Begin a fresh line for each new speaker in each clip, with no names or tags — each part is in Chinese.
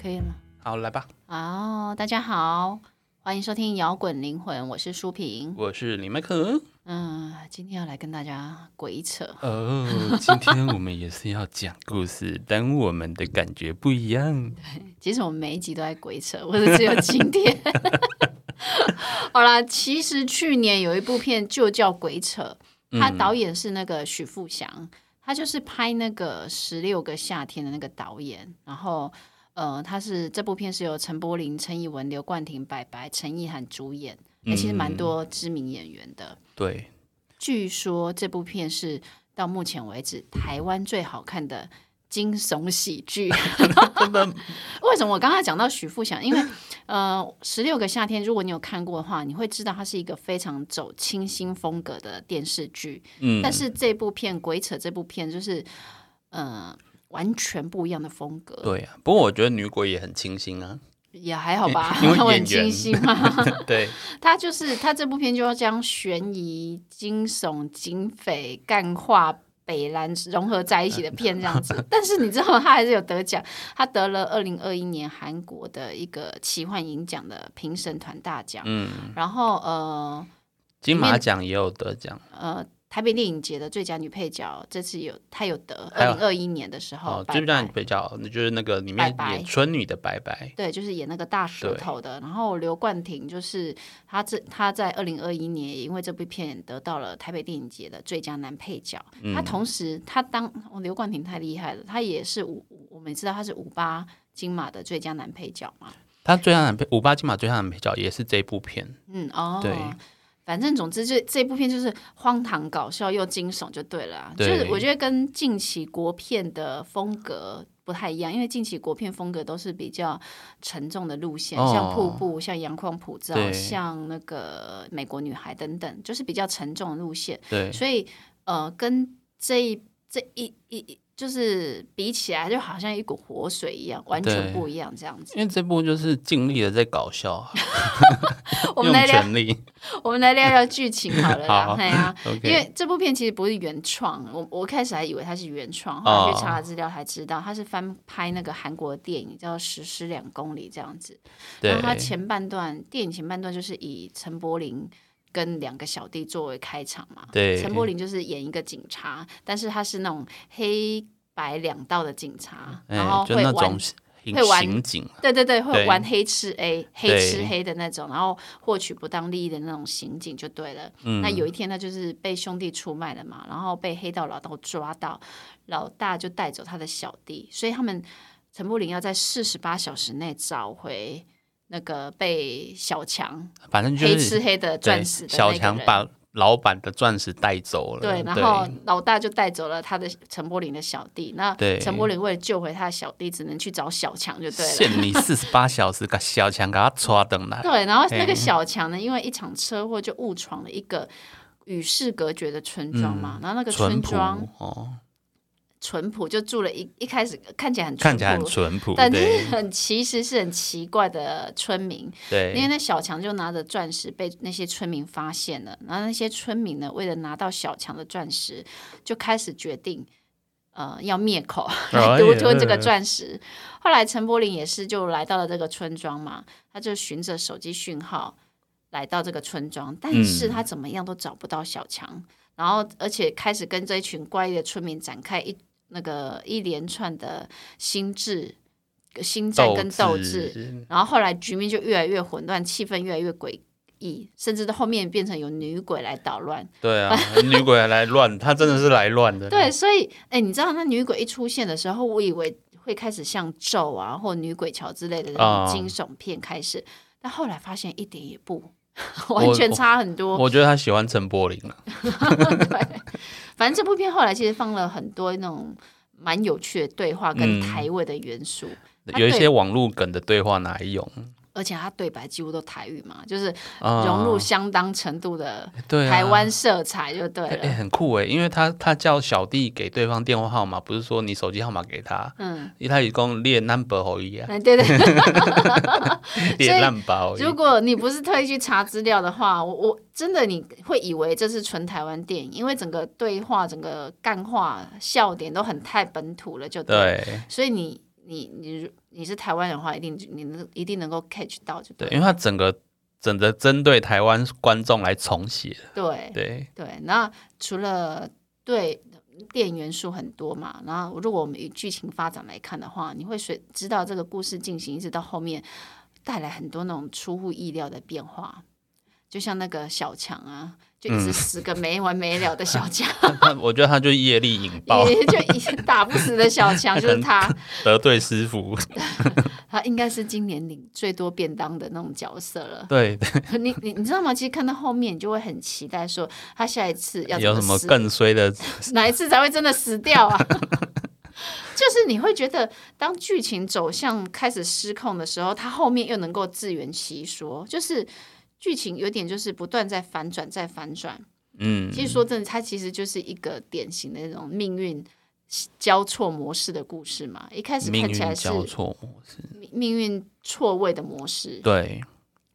可以了吗？
好，来吧，
好，大家好，欢迎收听《摇滚灵魂》，我是舒平。
我是李麦克。
嗯，今天要来跟大家鬼扯，
哦，今天我们也是要讲故事，但我们的感觉不一样。
其实我们每一集都在鬼扯，或者只有今 天。好啦，其实去年有一部片就叫《鬼扯》，它导演是那个许富祥，他就是拍那个《十六个夏天》的那个导演。然后，呃，他是这部片是由陈柏霖、陈以文、刘冠廷、白白、陈意涵主演，那其实蛮多知名演员的。
对，
据说这部片是到目前为止台湾最好看的惊悚喜剧。 为什么我刚才讲到许富祥？因为呃，《十六个夏天》如果你有看过的话，你会知道它是一个非常走清新风格的电视剧。
嗯，
但是这部片《鬼扯》这部片就是呃完全不一样的风格，
对啊。不过我觉得女鬼也很清 新啊。
也还好吧，
因为因为
很
演员
清新嘛。
对，
他就是他这部片就要将悬疑、惊悚、警匪、干化、北兰融合在一起的片这样 子。但是你知道吗？他还是有得奖，他得了二零二一年韩国的一个奇幻影奖的评审团大奖，
嗯，
然后呃
金马奖也有得奖。
呃。台北电影节的最佳女配角，这次有她有得
还
二
有
零二一年的时候，
哦，
拜
就
拜
让你比较，那就是那个里面
拜拜
演春女的白白。
对，就是演那个大舌
对
头的。然后刘冠廷就是他这他在二零二一年也因为这部片得到了台北电影节的最佳男配角。他同时他当哦刘冠廷太厉害了，他也是五五我们也知道他是五八金马的最佳男配角嘛。
他最佳男配五八金马最佳男配角也是这部片，
嗯哦，
对
反正总之这这部片就是荒唐搞笑又惊悚就对了啊，就
对
是我觉得跟近期国片的风格不太一样，因为近期国片风格都是比较沉重的路线，
哦
像瀑布、像阳光普照、
对
像那个美国女孩等等，就是比较沉重的路线，
对，
所以呃，跟这一这一一一就是比起来，就好像一股活水一样，完全
对
不一样这样子。
因为这部就是尽力的在搞笑啊，
我们
用
来聊，
全力。
我们来聊聊剧情好了啦，
好
哎呀、因
OK，
为这部片其实不是原创，我我开始还以为它是原创，后
哦
来去查了资料才知道，它是翻拍那个韩国电影叫《实施两公里》这样子。
对
然后，它前半段电影前半段就是以陈柏霖跟两个小弟作为开场嘛。
对
陈柏霖就是演一个警察，但是他是那种黑白两道的警察，然后
哎，就
会
那
玩
种啊刑
会玩
刑警，
对对对，会
对
玩黑吃 A、黑
对
吃黑的那种，然后获取不当利益的那种刑警就对了。那
嗯
有一天他就是被兄弟出卖了嘛，然后被黑道老大抓到，老大就带走他的小弟，所以他们陈柏霖要在四十八小时内找回那个被小强、
反正就
黑
是
吃黑的
对
钻石的那
小
个
强
人
把嗯老板的钻石带走了，
对，然后老大就带走了他的陈柏霖的小弟。那
对
陈柏霖为了救回他的小弟，只能去找小强就对了。
限 你四十八小时，把小强给他抓等来。
对，然后那个
嘿
小强呢，因为一场车祸就误闯了一个与世隔绝的村庄嘛，然后那个村
嗯淳朴
庄
哦，
淳朴，就住了一一开始看起来很淳
看起来很
朴
淳朴，
但是
对
很其实是很奇怪的村民，因为
对，
那小强就拿着钻石被那些村民发现了，然后那些村民呢，为了拿到小强的钻石，就开始决定。呃，要灭口 来独吞这个钻石。后来陈柏霖也是就来到了这个村庄嘛，他就循着手机讯号来到这个村庄，但是他怎么样都找不到小强，然后而且开始跟这一群怪异的村民展开一那个一连串的心智、心战跟斗志。
志，
然后后来局面就越来越混乱，气氛越来越诡异，甚至到后面变成有女鬼来捣乱。
对啊，女鬼还来乱，她真的是来乱 的，
对，所以哎，你知道那女鬼一出现的时候，我以为会开始像咒啊或女鬼桥之类的那
啊
种惊悚片开始，但后来发现一点也不，
我
完全差很多。
我觉得她喜欢陈柏霖啊，
反正这部片后来其实放了很多那种蛮有趣的对话跟
嗯
台味的元素。啊
有一
对
些网络梗的对话哪一用
而且他对白几乎都台语嘛，就是
啊？
融入相当程度的
对啊
台湾色彩就对
哎、
了。
哎很酷哎，因为他他叫小弟给对方电话号码，不是说你手机号码给他，
嗯，
因为他一共列 number 而已啊，
哎，对对，
列 number 而
如
已。
果你不是特意去查资料的话，我我真的你会以为这是纯台湾电影，因为整个对话、整个干话、笑点都很太本土了，就对了。
对，
所以你你你你是台湾人的话，一定你能一定能够 catch 到就
对，
对
因为它整个整个针对台湾观众来重写的，
对
对，
对，那除了对电影元素很多嘛，然后如果我们以剧情发展来看的话，你会随知道这个故事进行一直到后面带来很多那种出乎意料的变化，就像那个小强啊，就一
嗯
直死个没完没了的 小强，
但它我觉得它就业力引爆，
也就一直打不死的小 强，就是他，
得罪 师傅，
他应该是今年领最多便当的那种角色了。
对，
你你你知道吗？其实看到后面，你就会很期待说他下一次要怎
有什么
死
更 衰的？
哪一次才会真的死掉啊？ 就是你会觉得，当剧情走向开始失控的时候，它后面又能够自圆其说，就是剧情有点就是不断在反转，在反转。
嗯，
其实说真的，它其实就是一个典型的那种命运交错模式的故事嘛。一开始
命
看起来
运
是
交错模式，
命命运错位的模式，
对，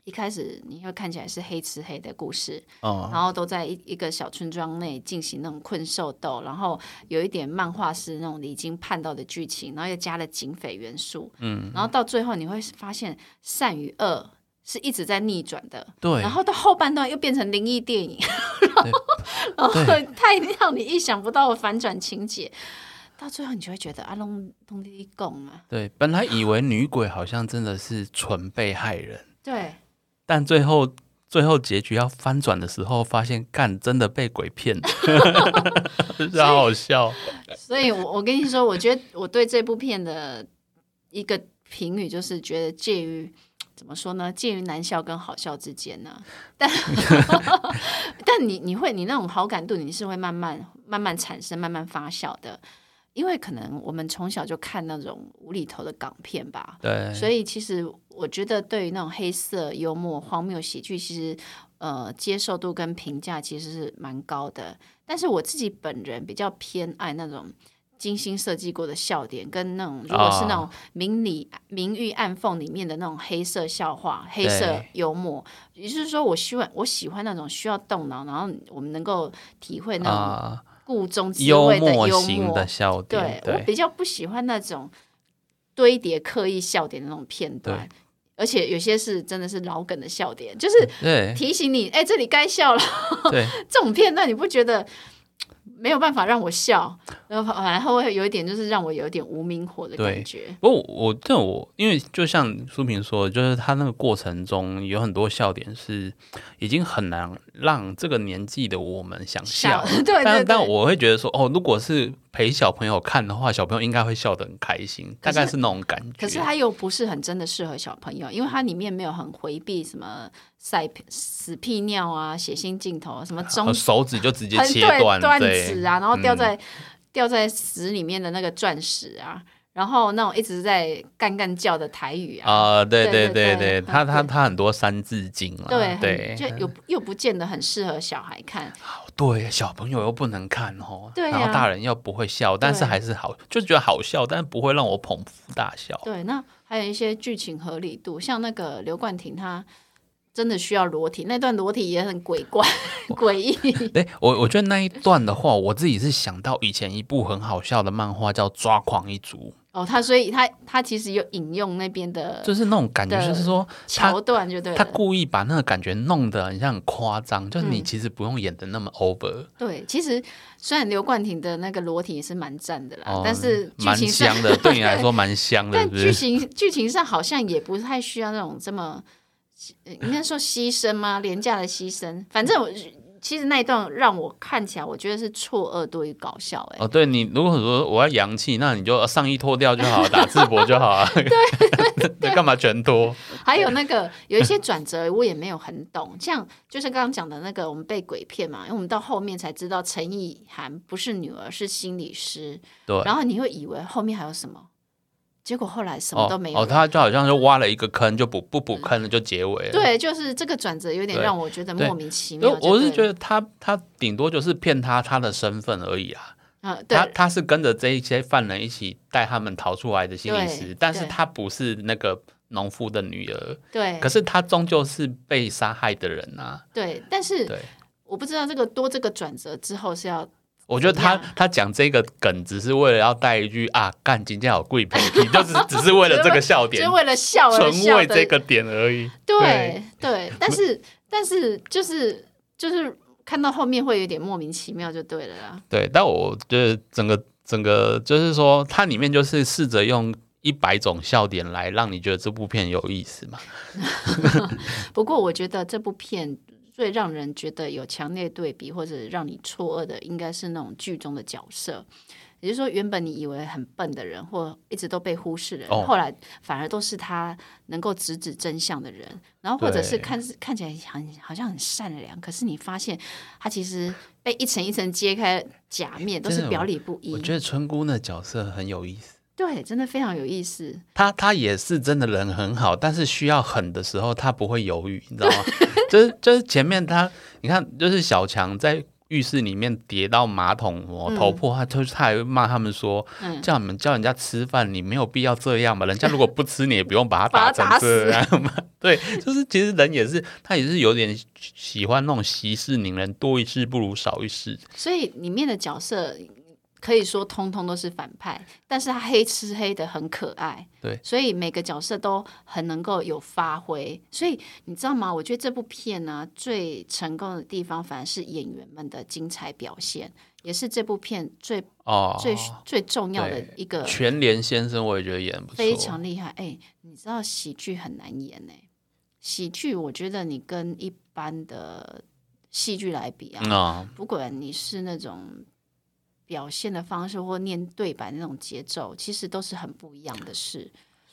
一开始你会看起来是黑吃黑的故事，
哦，
然后都在一一个小村庄内进行那种困兽斗，然后有一点漫画式那种离经叛道的剧情，然后又加了警匪元素，嗯，然后到最后你会发现善与恶是一直在逆转的，
对
然，后到后半段又变成灵异电影，然后
对
然后 太让你意想不到的反转情节，到最后你就会觉得啊，弄弄滴拱啊，
对，本来以为女鬼好像真的是纯被害人，
对
但最后最后结局要翻转的时候，发现干真的被鬼骗， 真好好笑。
所以我，我跟你说，我觉得我对这部片的一个评语就是觉得介于怎么说呢，介于难笑跟好笑之间呢、但但你你会你那种好感度，你是会慢慢慢慢产生、慢慢发酵的，因为可能我们从小就看那种无厘头的港片吧，
对，
所以其实我觉得，对于那种黑色幽默、荒谬喜剧，其实呃接受度跟评价其实是蛮高的。但是我自己本人比较偏爱那种精心设计过的笑点，跟那种如果是那
啊
种明里、明喻暗讽里面的那种黑色笑话、黑色
对
幽默，也就是说，我希望我喜欢那种需要动脑，然后我们能够体会那种
啊、
故中滋
幽
味的幽默。
型的笑
对
点，
我
对
比较不喜欢那种堆叠刻意笑点的那种片段，而且有些是真的是老梗的笑点，就是
对
提醒你，哎、这里该笑了。
对，
这种片段你不觉得没有办法让我笑，然后然后会有一点就是让我有一点无名火的感
对
觉。
不过我我但我因为就像苏萍说的，就是他那个过程中有很多笑点是已经很难让这个年纪的我们想笑。
对对
但
对，
但我会觉得说，哦，如果是陪小朋友看的话，小朋友应该会笑得很开心，
可
大
是
概是那种感觉。哦
可是它又不是很真的适合小朋友，因为它里面没有很回避什么晒死屁尿啊、血腥镜头、什么中
呃手指就直接
很
切
对
断，
断
对嗯
指啊，然后掉在、掉在石里面的那个钻石啊，然后那种一直在干干叫的台语啊，
啊、对
对对
对对对，
嗯
他他
对
他很多三字经啦，
对，很
哦对哦
就又又不见得很适合小孩看，
对，小朋友又不能看哦，
对
然
呀
后大人又不会笑，但是
对
还是好，就觉得好笑，但不会让我捧腹大笑。
对，那还有一些剧情合理度，像那个刘冠廷他。真的需要裸体，那段裸体也很鬼怪、 诡异。
对我我觉得那一段的话，我自己是想到以前一部很好笑的漫画叫《抓狂一族
哦，他所以他他其实有引用那边》，的
就是那种感觉，
对
就是说他
桥段，就对
他
了。
故意把那个感觉弄得很像很夸张，就是你
嗯
其实不用演的那么 over，、
对，其实虽然刘冠廷的那个裸体也是蛮赞的啦，
哦
啊但是剧
蛮
情上
香的，对你 来说蛮香的，是
但
不
剧
是？
情 剧情上好像也不太需要那种这么，呃应该说牺牲吗？廉价的牺牲。反正我其实那一段让我看起来，我觉得是错愕多于搞笑、欸。哎、
哦，对你如果说我要洋气，那你就上衣脱掉就好，打字膊就好 啊。对，你 干嘛全脱？
还有那个有一些转折，我也没有很懂。像就是刚刚讲的那个，我们被鬼骗嘛，因为我们到后面才知道陈意涵不是女儿，是心理师。
对
然后你会以为后面还有什么，结果后来什么都没有。嗯
哦。哦，他就好像是挖了一个坑，就不不补坑了，就结尾了。，
对，就是这个转折有点
对
让我觉得
对
莫名其妙
我
就对了。
我是觉得他他顶多就是骗他他的身份而已啊。
嗯，对
他，他是跟着这一些犯人一起带他们逃出来的心理
对
师，但是
对
他不是那个农夫的女儿，
对
可，是他终究是被杀害的人啊。
对，但是
对，
我不知道这个多这个转折之后是要
我觉得他
怎样
他讲这个梗，只是为了要带一句啊，干金价有贵赔，你就只只是 为了这个笑
就
点
是，为了笑而
纯
笑
为
的，
这个点而已。
对对，但是但是就是就是看到后面会有点莫名其妙，就对了啊啦。
对，但我觉得整个整个就是说，它里面就是试着用一百种笑点来让你觉得这部片有意思嘛。
不过我觉得这部片最让人觉得有强烈对比或者让你错愕的，应该是那种剧中的角色。也就是说，原本你以为很笨的人，或一直都被忽视的人，
哦
后来反而都是他能够直指真相的人。然后，或者是
对
看似看起来很好像很善良，可是你发现他其实被一层一层揭开假面，都
真
是
的
表里不一
我。觉得村姑那角色很有意思，
对，真的非常有意思。
她她也是真的人很好，但是需要狠的时候，她不会犹豫，你知道吗？ 就是就是前面她，你看，就是小强在。浴室里面跌到马桶我头破，他就是他还会骂他们说：“
嗯
叫你们叫人家吃饭，你没有必要这样吧？人家如果不吃，你也不用把他
把
打
他打
成这样嘛。 对，就是其实人也是，他也是有点喜喜欢那种息事宁人，多一事不如少一事。
所以里面的角色可以说通通都是反派，但是他黑吃黑的很可爱。
对，
所以每个角色都很能够有发挥。所以你知道吗？我觉得这部片呢、最成功的地方，反而是演员们的精彩表现，也是这部片最、
哦，
最最重要的
对
一个
全联先生我也觉得演得不错，
非常厉害。哎、你知道喜剧很难演哎、喜剧我觉得你跟一般的戏剧来比啊，
嗯啊、
不管你是那种表现的方式或念对白那种节奏，其实都是很不一样的事。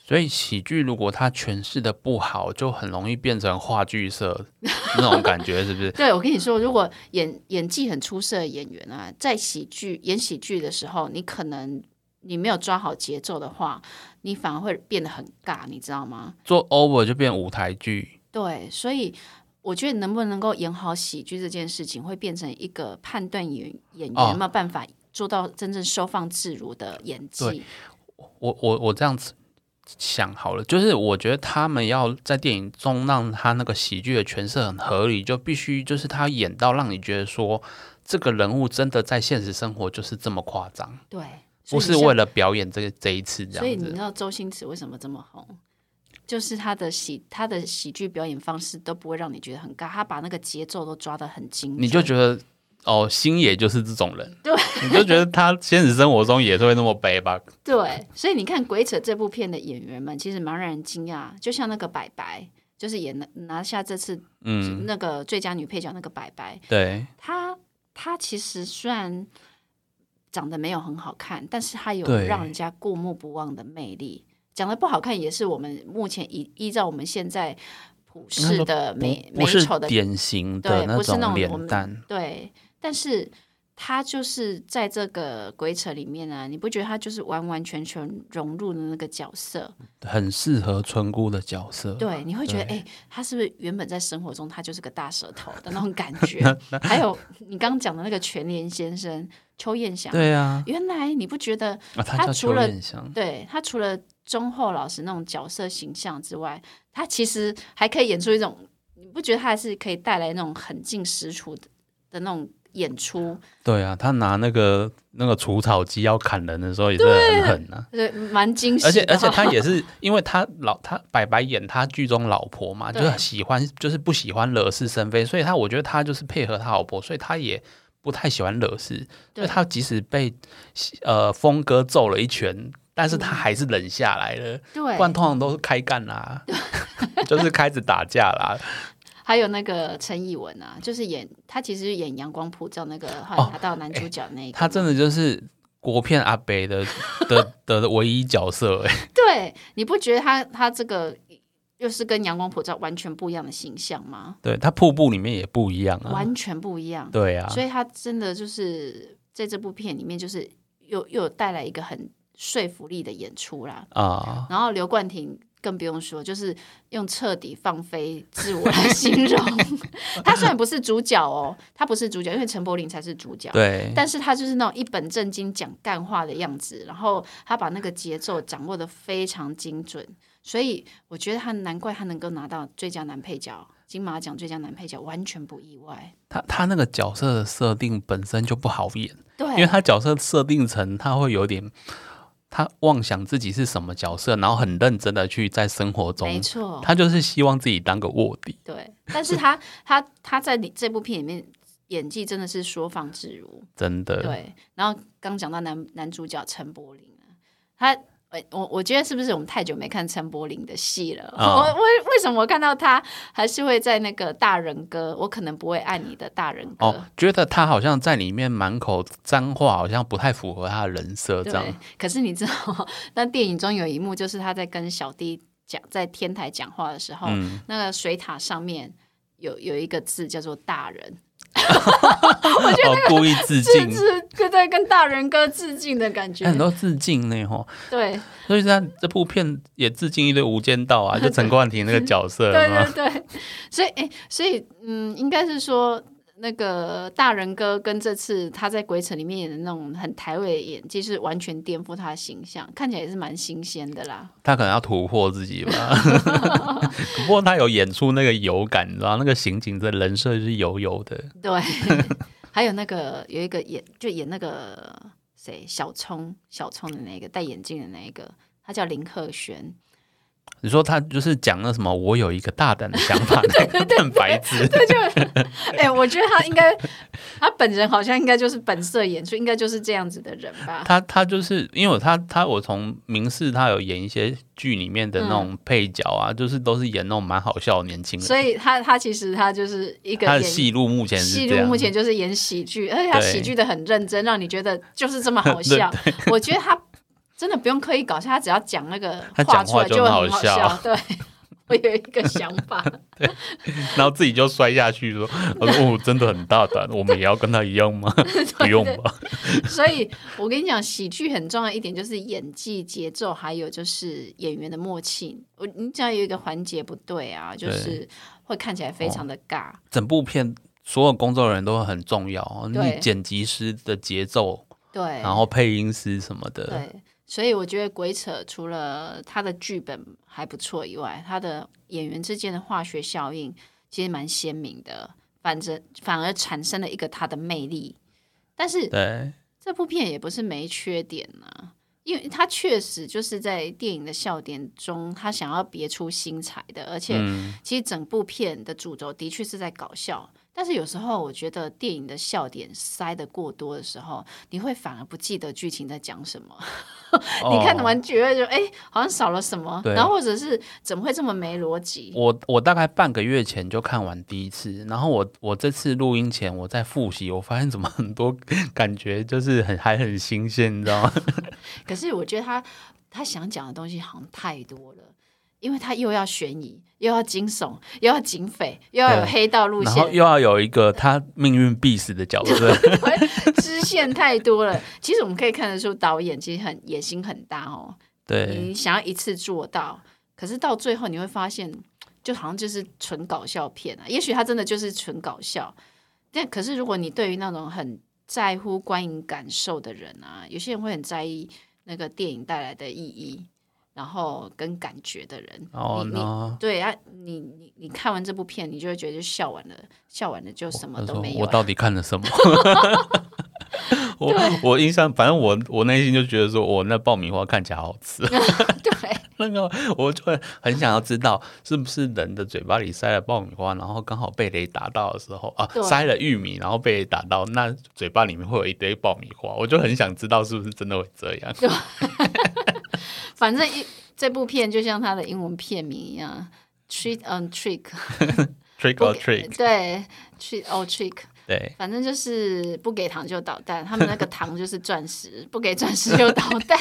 所以喜剧如果他诠释的不好，就很容易变成话剧社那种感觉，是 不是？
对我跟你说，如果演演技很出色的演员啊，在喜剧演喜剧的时候，你可能你没有抓好节奏的话，你反而会变得很尬，你知道吗？
做 over 就变舞台剧，
对，所以我觉得能不能够演好喜剧这件事情，会变成一个判断演演员
哦
有没有办法做到真正收放自如的演技
对。我我我这样子想好了，就是我觉得他们要在电影中让他那个喜剧的诠释很合理，就必须就是他演到让你觉得说这个人物真的在现实生活就是这么夸张，
对，所
不
以
是
像
为了表演这个这一次这
所以
样
你知
子。
道周星驰为什么这么红？就是他的喜他的喜剧表演方式都不会让你觉得很尬，他把那个节奏都抓得很精准，
你就觉得哦，星爷就是这种人，
对，
你就觉得他现实生活中也是会那么悲吧？
对。所以你看《鬼扯》这部片的演员们，其实蛮让人惊讶，就像那个白白。就是也拿拿下这次
嗯，
那个最佳女配角那个白白，
对，
她她其实虽然长得没有很好看，但是她有
对
让人家过目不忘的魅力。讲的不好看也是我们目前依依照我们现在普世的呃美
嗯不
美
不是
丑的
典型的
对，不是那
种
我
脸
们
蛋，
对，但是他就是在这个鬼扯里面啊，你不觉得他就是完完全全融入的那个角色？
很适合村姑的角色。
对，你会觉得哎、
对
诶他是不是原本在生活中他就是个大舌头的那种感觉？ 还有你刚刚讲的那个全联先生邱彦 祥，
对啊，
原来你不觉得
啊，
他
他叫
除
邱
了
彦祥，
对他除了忠厚老实那种角色形象之外，他其实还可以演出一种，你不觉得他还是可以带来那种狠劲十足的的那种演出，
对啊，他拿那个那个除草机要砍人的时候也是很狠啊。
对，啊蛮惊喜。
而且 而且他也是，因为他老他白白演他剧中老婆嘛，就
对
是喜欢就是不喜欢惹是生非，所以他我觉得他就是配合他老婆，所以他也不太喜欢惹事，所
对
以他即使被呃峰哥揍了一拳，但是他
嗯
还是忍下来了，
对
不，然通常都是开干啦， 就是开始打架啦。
还有那个陈以文啊，就是演他其实演《阳光普照》那个后来拿到男主角那个嘛、
哦哎他真的就是国片阿北的的的的唯一角色、欸，
对，你不觉得他他这个又是跟《阳光普照》完全不一样的形象吗？
对他瀑布里面也不一样啊，
完全不一样。
对啊，
所以他真的就是在这部片里面，就是又又有带来一个很说服力的演出啦。
啊、
然后刘冠廷更不用说，就是用彻底放飞自我来形容。 他虽然不是主角哦，他不是主角，因为陈柏霖才是主角。
对，
但是他就是那种一本正经讲干话的样子，然后他把那个节奏掌握的非常精准，所以我觉得他难怪他能够拿到最佳男配角金马奖最佳男配角，完全不意外。
他他那个角色的设定本身就不好演，
对，
因为他角色设定成他会有点。他妄想自己是什么角色，然后很认真的去在生活中
没错，
他就是希望自己当个卧底。
对，但是他他他在你这部片里面演技真的是说放自如。
真的，
对，然后刚讲到男男主角陈柏霖啊，他呃我我觉得是不是我们太久没看陈柏霖的戏了？
啊
我为为什么我看到他还是会在那个大人歌，我可能不会爱你的大人歌。
哦，觉得他好像在里面满口脏话，好像不太符合他的人设这
对
样。，
可是你知道，那电影中有一幕就是他在跟小弟讲，在天台讲话的时候，
嗯，
那个水塔上面有有一个字叫做“大人”，我觉得
哦，故意致
这
敬，
是跟在跟大人哥致敬的感觉
哎。很多致敬呢吼。
对
所以他这部片也致敬一堆《无间道》 啊，就陈冠廷那个角色
对
嘛。
对对，所以哎、所以嗯，应该是说。那个大人哥跟这次他在《鬼城》里面演的那种很台味的演技，是完全颠覆他的形象，看起来也是蛮新鲜的 啦。
他可能要突破自 己吧。不过他有演出那个油感，你知道那个刑警的人设是油油的。
对，还有那个有一个演就演那个谁小聪小聪的那个戴眼镜的那一个，他叫林鹤 轩，
你说他就是讲那什么，我有一个大胆的想 法，那 个很白痴。
哎、我觉得他应 该，他本人好像应该就是本色演出，应该就是这样子的人吧。
他他就是因为我他他我从明视他有演一些剧里面的那种配角啊，就是都是演那种蛮好笑的年轻人。
嗯所以他他其实他就是一个
他的
演
戏路目前是
戏
这
路
样，
目前就是演喜剧，而且他
对
喜剧的很认真，让你觉得就是这么 好笑。我觉得他真的不用刻意搞笑，他只要讲那个
他
话
讲
出来
话就
会
很
很
好笑
笑。对， 我有一个想法。
然后自己就摔下去说：“我说哦， 真的很大胆，我们也要跟他一 样吗？不用吧。
所以我跟你讲，喜剧很重要一点就是演技、节奏，还有就是演员的默契。我你只要有一个环节不对啊，就是会看起来
哦
非常的尬。”
整部片所有工作人员都很重要哦，
对
你剪辑师的节奏，
对，
然后配音师什么的，
对，所以我觉得《鬼扯》除了他的剧本还不错以外，他的演员之间的化学效应其实蛮鲜明的，反正反而产生了一个他的魅力。但是
对
这部片也不是没缺点呐、因为它确实就是在电影的笑点中，他想要别出心裁的，而且其实整部片的主轴的确是在搞笑，但是有时候我觉得电影的笑点塞得过多的时候，你会反而不记得剧情在讲什么。你看
哦
完觉得就哎、好像少了什么，
对
然后或者是怎么会这么没逻辑？
我我大概半个月前就看完第一次，然后我我这次录音前我在复习，我发现怎么很多 感觉就是很还很新鲜，你知道吗？
可是我觉得他他想讲的东西好像太多了。因为他又要悬疑，又要惊悚，又要警匪，又要有
对
黑道路
然后
线，
又要有一个他命运必死的角色，
支线太多了。其实我们可以看得出，导演其实很野心很大哦，
对
你想要一次做到，可是到最后你会发现，就好像就是纯搞笑片啊。也许他真的就是纯搞笑，但可是如果你对于那种很在乎观影感受的人啊，有些人会很在意那个电影带来的意义，然后跟感觉的人，
哦
你你
然后
对啊，你你你看完这部片，你就会觉得就笑完了，笑完了就什么
他
都
说
没有啊
我
了。
到底看了什么？ 我我印象，反正我我内心就觉得说，我那爆米花看起来好吃，
对
那个我就会很想要知道，是不是人的嘴巴里塞了爆米花，然后刚好被雷打到的时候啊
对，
塞了玉米，然后被雷打到，那嘴巴里面会有一堆爆米花，我就很想知道是不是真的会这样。
反正一这部片就像它的英文片名一样，Treat on Trick，
Trick
不
or
给
trick，
呃对，Treat on Trick，
对，
反正就是不给糖就捣蛋，他们那个糖就是钻石，不给钻石就捣蛋。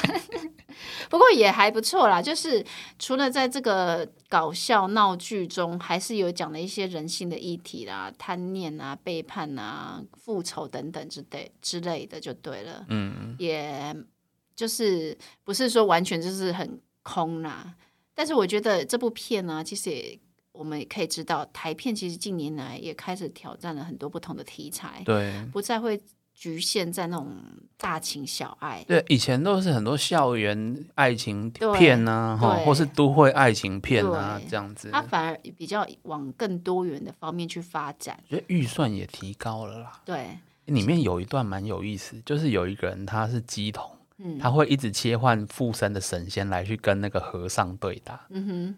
不过也还不错啦，就是除了在这个搞笑闹剧中，还是有讲了一些人性的议题啦，贪念啊、背叛啊、复仇等等之类之类的，就对了。
嗯，
也就是不是说完全就是很空啦、但是我觉得这部片呢、其实也我们也可以知道，台片其实近年来也开始挑战了很多不同的题材，
对
不再会局限在那种大情小爱。
对，以前都是很多校园爱情
对
片啊，哈，
对
或是都会爱情片啊，
对
这样子，
它反而比较往更多元的方面去发展，
觉得预算也提高了啦。
对，
里面有一段蛮有意思，就是有一个人他是鸡童，
嗯
他会一直切换附身的神仙来去跟那个和尚对打。
嗯哼，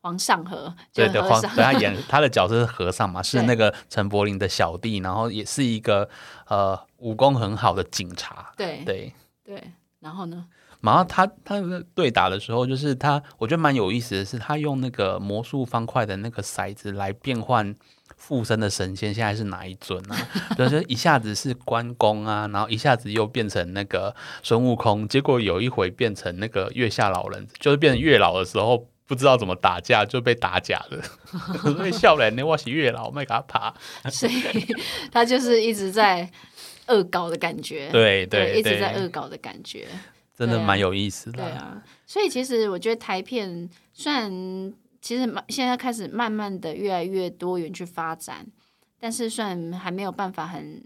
皇上和就
对
是
对，
和
黄
尚，
对他演他的角色是和尚嘛，是
对
那个陈柏霖的小弟，然后也是一个呃武功很好的警察。
对
对，
对，然后 呢，
然后他他们对打的时候，就是他我觉得蛮有意思的是，他用那个魔术方块的那个骰子来变换。附身的神仙现在是哪一尊 啊？就是一下子是关公啊，然后一下子又变成那个孙悟空，结果有一回变成那个月下老人，就是变成月老的时候不知道怎么打架就被打假了。所 以笑脸呢，我是月老，卖给他爬。
所以他就是一直在恶搞的感觉，
对
一直在恶
对，
搞的感觉，
真的
对啊
蛮有意思的
对。啊，所以其实我觉得台片虽然其实蛮现在开始慢慢的越来越多元去发展，但是虽然还没有办法很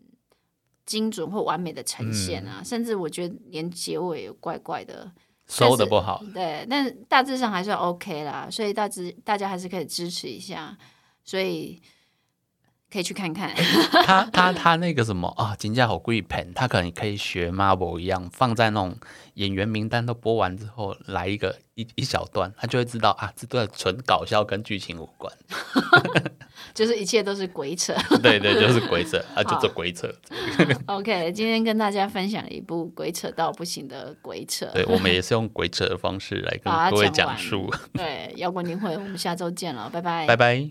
精准或完美的呈现啊，
嗯
甚至我觉得连结尾也怪怪的，
收的不好，
对，但大致上还算 OK 啦，所以大致大家还是可以支持一下，所以可以去看 看，
他他他那个什么啊，金价好贵盆，他可能可以学 Marvel 一样，放在那种演员名单都播完之后，来一个一一小段，他就会知道啊，这段纯搞笑跟剧情无关。
就是一切都是鬼扯。
对对，就是鬼扯啊，就
好
这鬼扯。
OK，今天跟大家分享了一部鬼扯到不行的鬼扯。
对，我们也是用鬼扯的方式来
把它
跟各位
讲完哎
讲述。
对，摇滚灵魂，我们下周见了，拜拜。
拜拜。